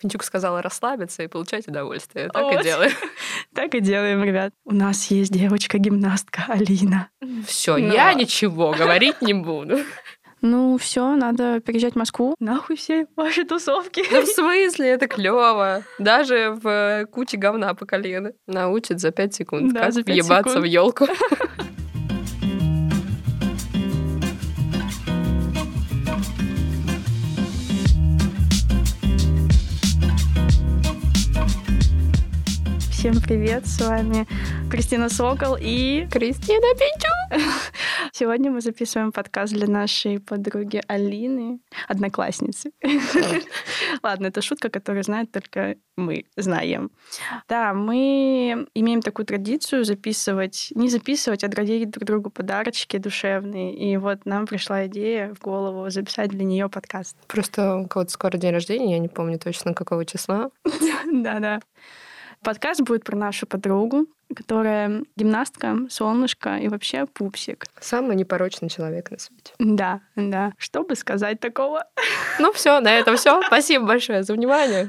Пинчук сказала расслабиться и получать удовольствие. Так и делаем. Так и делаем, ребят. У нас есть девочка-гимнастка Алина. Все, Ну я ладно. ничего говорить не буду. Ну, все, надо переезжать в Москву. Нахуй все ваши тусовки. Да Ну, в смысле, это клево. Даже в э, куче говна по колено. Научит за 5 секунд, Да, как за пять въебаться секунд. в елку. Всем привет, с вами Кристина Сокол и... Кристина Пинчук. Сегодня мы записываем подкаст для нашей подруги Алины, одноклассницы. Ладно, это шутка, которую знают только мы знаем. Да, мы имеем такую традицию записывать, не записывать, а дарить друг другу подарочки душевные. И вот нам пришла идея в голову записать для нее подкаст. Просто у кого-то скоро день рождения, я не помню точно какого числа. Да-да. Подкаст будет про нашу подругу, которая гимнастка, солнышко и вообще пупсик. Самый непорочный человек на свете. Да, да. Что бы сказать такого? Ну все, на этом все. Спасибо большое за внимание.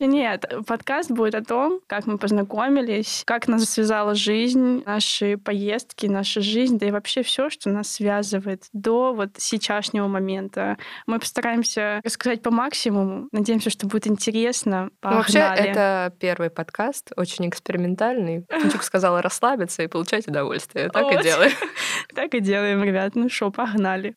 Нет, подкаст будет о том, как мы познакомились, как нас связала жизнь, наши поездки, наша жизнь, да и вообще все, что нас связывает до вот сейчасшнего момента. Мы постараемся рассказать по максимуму. Надеемся, что будет интересно. Ну, вообще, Погнали. это первый подкаст, очень экспериментальный. Пинчук сказала расслабиться и получать удовольствие. Так и Вот. делаем. Так и делаем, ребят. Ну что, погнали.